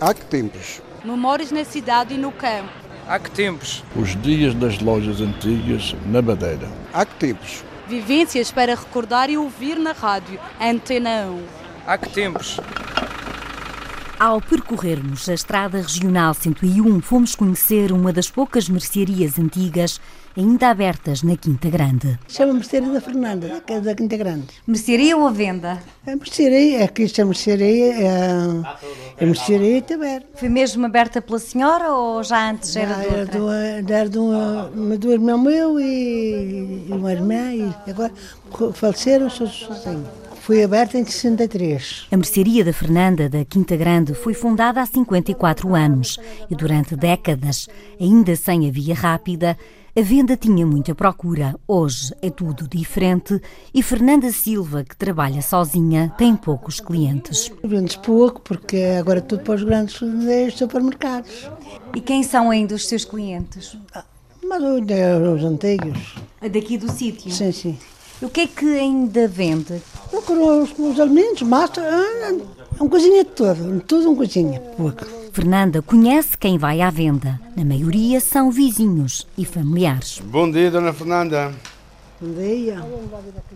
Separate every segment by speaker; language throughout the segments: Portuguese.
Speaker 1: Há que tempos?
Speaker 2: Memórias na cidade e no campo.
Speaker 3: Há que tempos?
Speaker 4: Os dias das lojas antigas na Madeira.
Speaker 1: Há que tempos?
Speaker 2: Vivências para recordar e ouvir na rádio. Antena 1.
Speaker 3: Há que tempos?
Speaker 5: Ao percorrermos a Estrada Regional 101, fomos conhecer uma das poucas mercearias antigas ainda abertas na Quinta Grande.
Speaker 6: Chama Mercearia da Fernanda, da casa da Quinta Grande.
Speaker 7: Mercearia ou venda?
Speaker 6: A mercearia, é aqui está a mercearia, a, a mercearia e taberna.
Speaker 7: Foi mesmo aberta pela senhora ou já antes era de
Speaker 6: Era de,
Speaker 7: outra?
Speaker 6: uma- era de uma, uma- do irmão meu e, e uma irmã, e agora faleceram todos sozinhos. Foi aberta em 63.
Speaker 5: A mercearia da Fernanda da Quinta Grande foi fundada há 54 anos e durante décadas, ainda sem a via rápida, a venda tinha muita procura. Hoje é tudo diferente e Fernanda Silva, que trabalha sozinha, tem poucos clientes.
Speaker 6: Vendes pouco, porque agora é tudo para os grandes supermercados.
Speaker 7: E quem são ainda os seus clientes?
Speaker 6: Mas ainda eram os antigos.
Speaker 7: A Daqui do sítio?
Speaker 6: Sim, sim.
Speaker 7: O que é que ainda vende?
Speaker 6: Eu coro os, os alimentos, massa, ah, ah, um cozinha de todo, tudo um cozinha. Pouco.
Speaker 5: Fernanda conhece quem vai à venda. Na maioria são vizinhos e familiares.
Speaker 8: Bom dia, Dona Fernanda.
Speaker 6: Bom dia.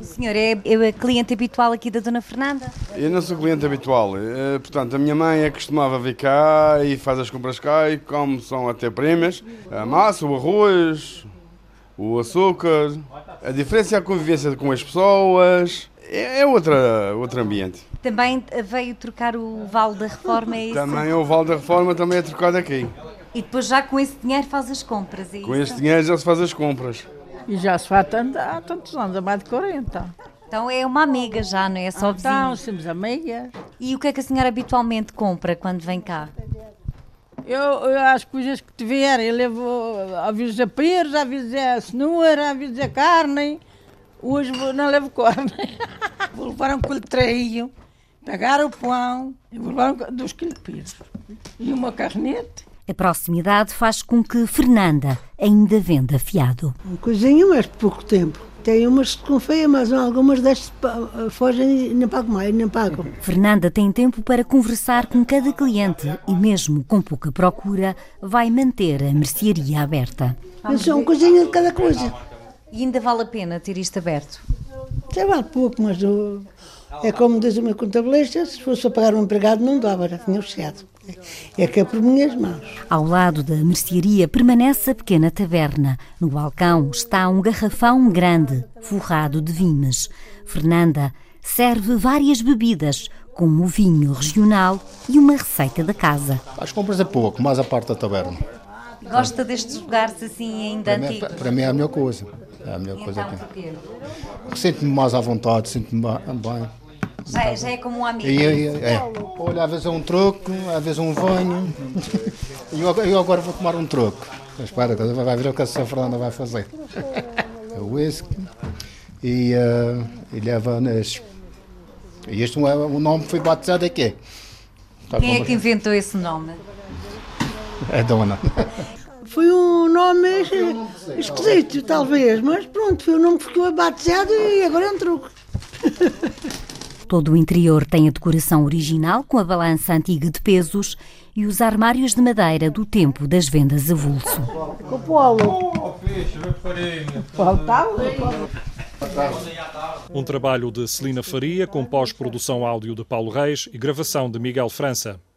Speaker 7: O senhor é, é a cliente habitual aqui da Dona Fernanda?
Speaker 8: Eu não sou cliente habitual. eh, Portanto, a minha mãe acostumava vir cá e faz as compras cá e como são até primas, a massa, o arroz, o açúcar. A diferença é a convivência com as pessoas. É é outra, outro ambiente.
Speaker 7: Também eh, veio trocar o vale da reforma é isso?
Speaker 8: Também o Val da Reforma também é trocado aqui.
Speaker 7: E depois já com esse dinheiro faz as compras, é isso?
Speaker 8: Com este dinheiro já se faz as compras.
Speaker 9: E já se faz tanto, há tantos anos, há mais de 40.
Speaker 7: Então é uma amiga já, não é só
Speaker 9: Então,
Speaker 7: vizinho.
Speaker 9: somos amigas.
Speaker 7: E o que é que a senhora habitualmente compra quando vem cá?
Speaker 9: Eu, eu as coisas que tiver, eu levo, às vezes a pires, às vezes a cenoura, às vezes a carne. Hoje vou- não levo carne. Vou levar um coltreio, pegar o pão, e vou levar um, co- dois quilos de pires. E uma carnete.
Speaker 5: A proximidade faz com que Fernanda ainda venda fiado.
Speaker 6: Um cozinho, mas pouco tempo. Tem umas que confia, mas algumas destas pa- fogem e não pago mais, não pago.
Speaker 5: Fernanda tem tempo para conversar com cada cliente e, mesmo com pouca procura, vai manter a mercearia aberta.
Speaker 6: Eu sou um cozinho de cada coisa.
Speaker 7: E ainda vale a pena ter isto aberto?
Speaker 6: Já vale pouco, mas o- é como diz o meu contabilista, se fosse a pagar um empregado não dava, já tinha fechado. É que é por minhas mãos.
Speaker 5: Ao lado da mercearia permanece a pequena taberna. No balcão está um garrafão grande, forrado de vinhos. Fernanda serve várias bebidas, como o vinho regional e uma receita da casa.
Speaker 10: As compras é pouco, mais a parte da taberna.
Speaker 7: Gosta destes lugares assim ainda
Speaker 10: Para mim,
Speaker 7: antigos?
Speaker 10: para mim é a melhor coisa. É a melhor coisa
Speaker 7: Então,
Speaker 10: aqui.
Speaker 7: porquê?
Speaker 10: Sinto-me mais à vontade, sinto-me ba- bem.
Speaker 7: Já, é- já é como um amigo.
Speaker 10: E, e, é. Olha, às vezes é um troco, às vezes é um banho. E eu, ag- eu agora vou tomar um troco. Espera, que vai ver o que a Sra. Fernanda vai fazer. É o whisky. E, eh, e leva nas. E este é o nome que foi batizado aqui. Tá
Speaker 7: Quem é que inventou esse nome?
Speaker 10: É dona.
Speaker 6: Foi um nome esquisito, talvez, mas pronto, foi o nome que ficou batizado e agora é um truque.
Speaker 5: Todo o interior tem a decoração original com a balança antiga de pesos e os armários de madeira do tempo das vendas a vulso.
Speaker 9: Faltava.
Speaker 11: Um trabalho de Celina Faria com pós-produção áudio de Paulo Reis e gravação de Miguel França.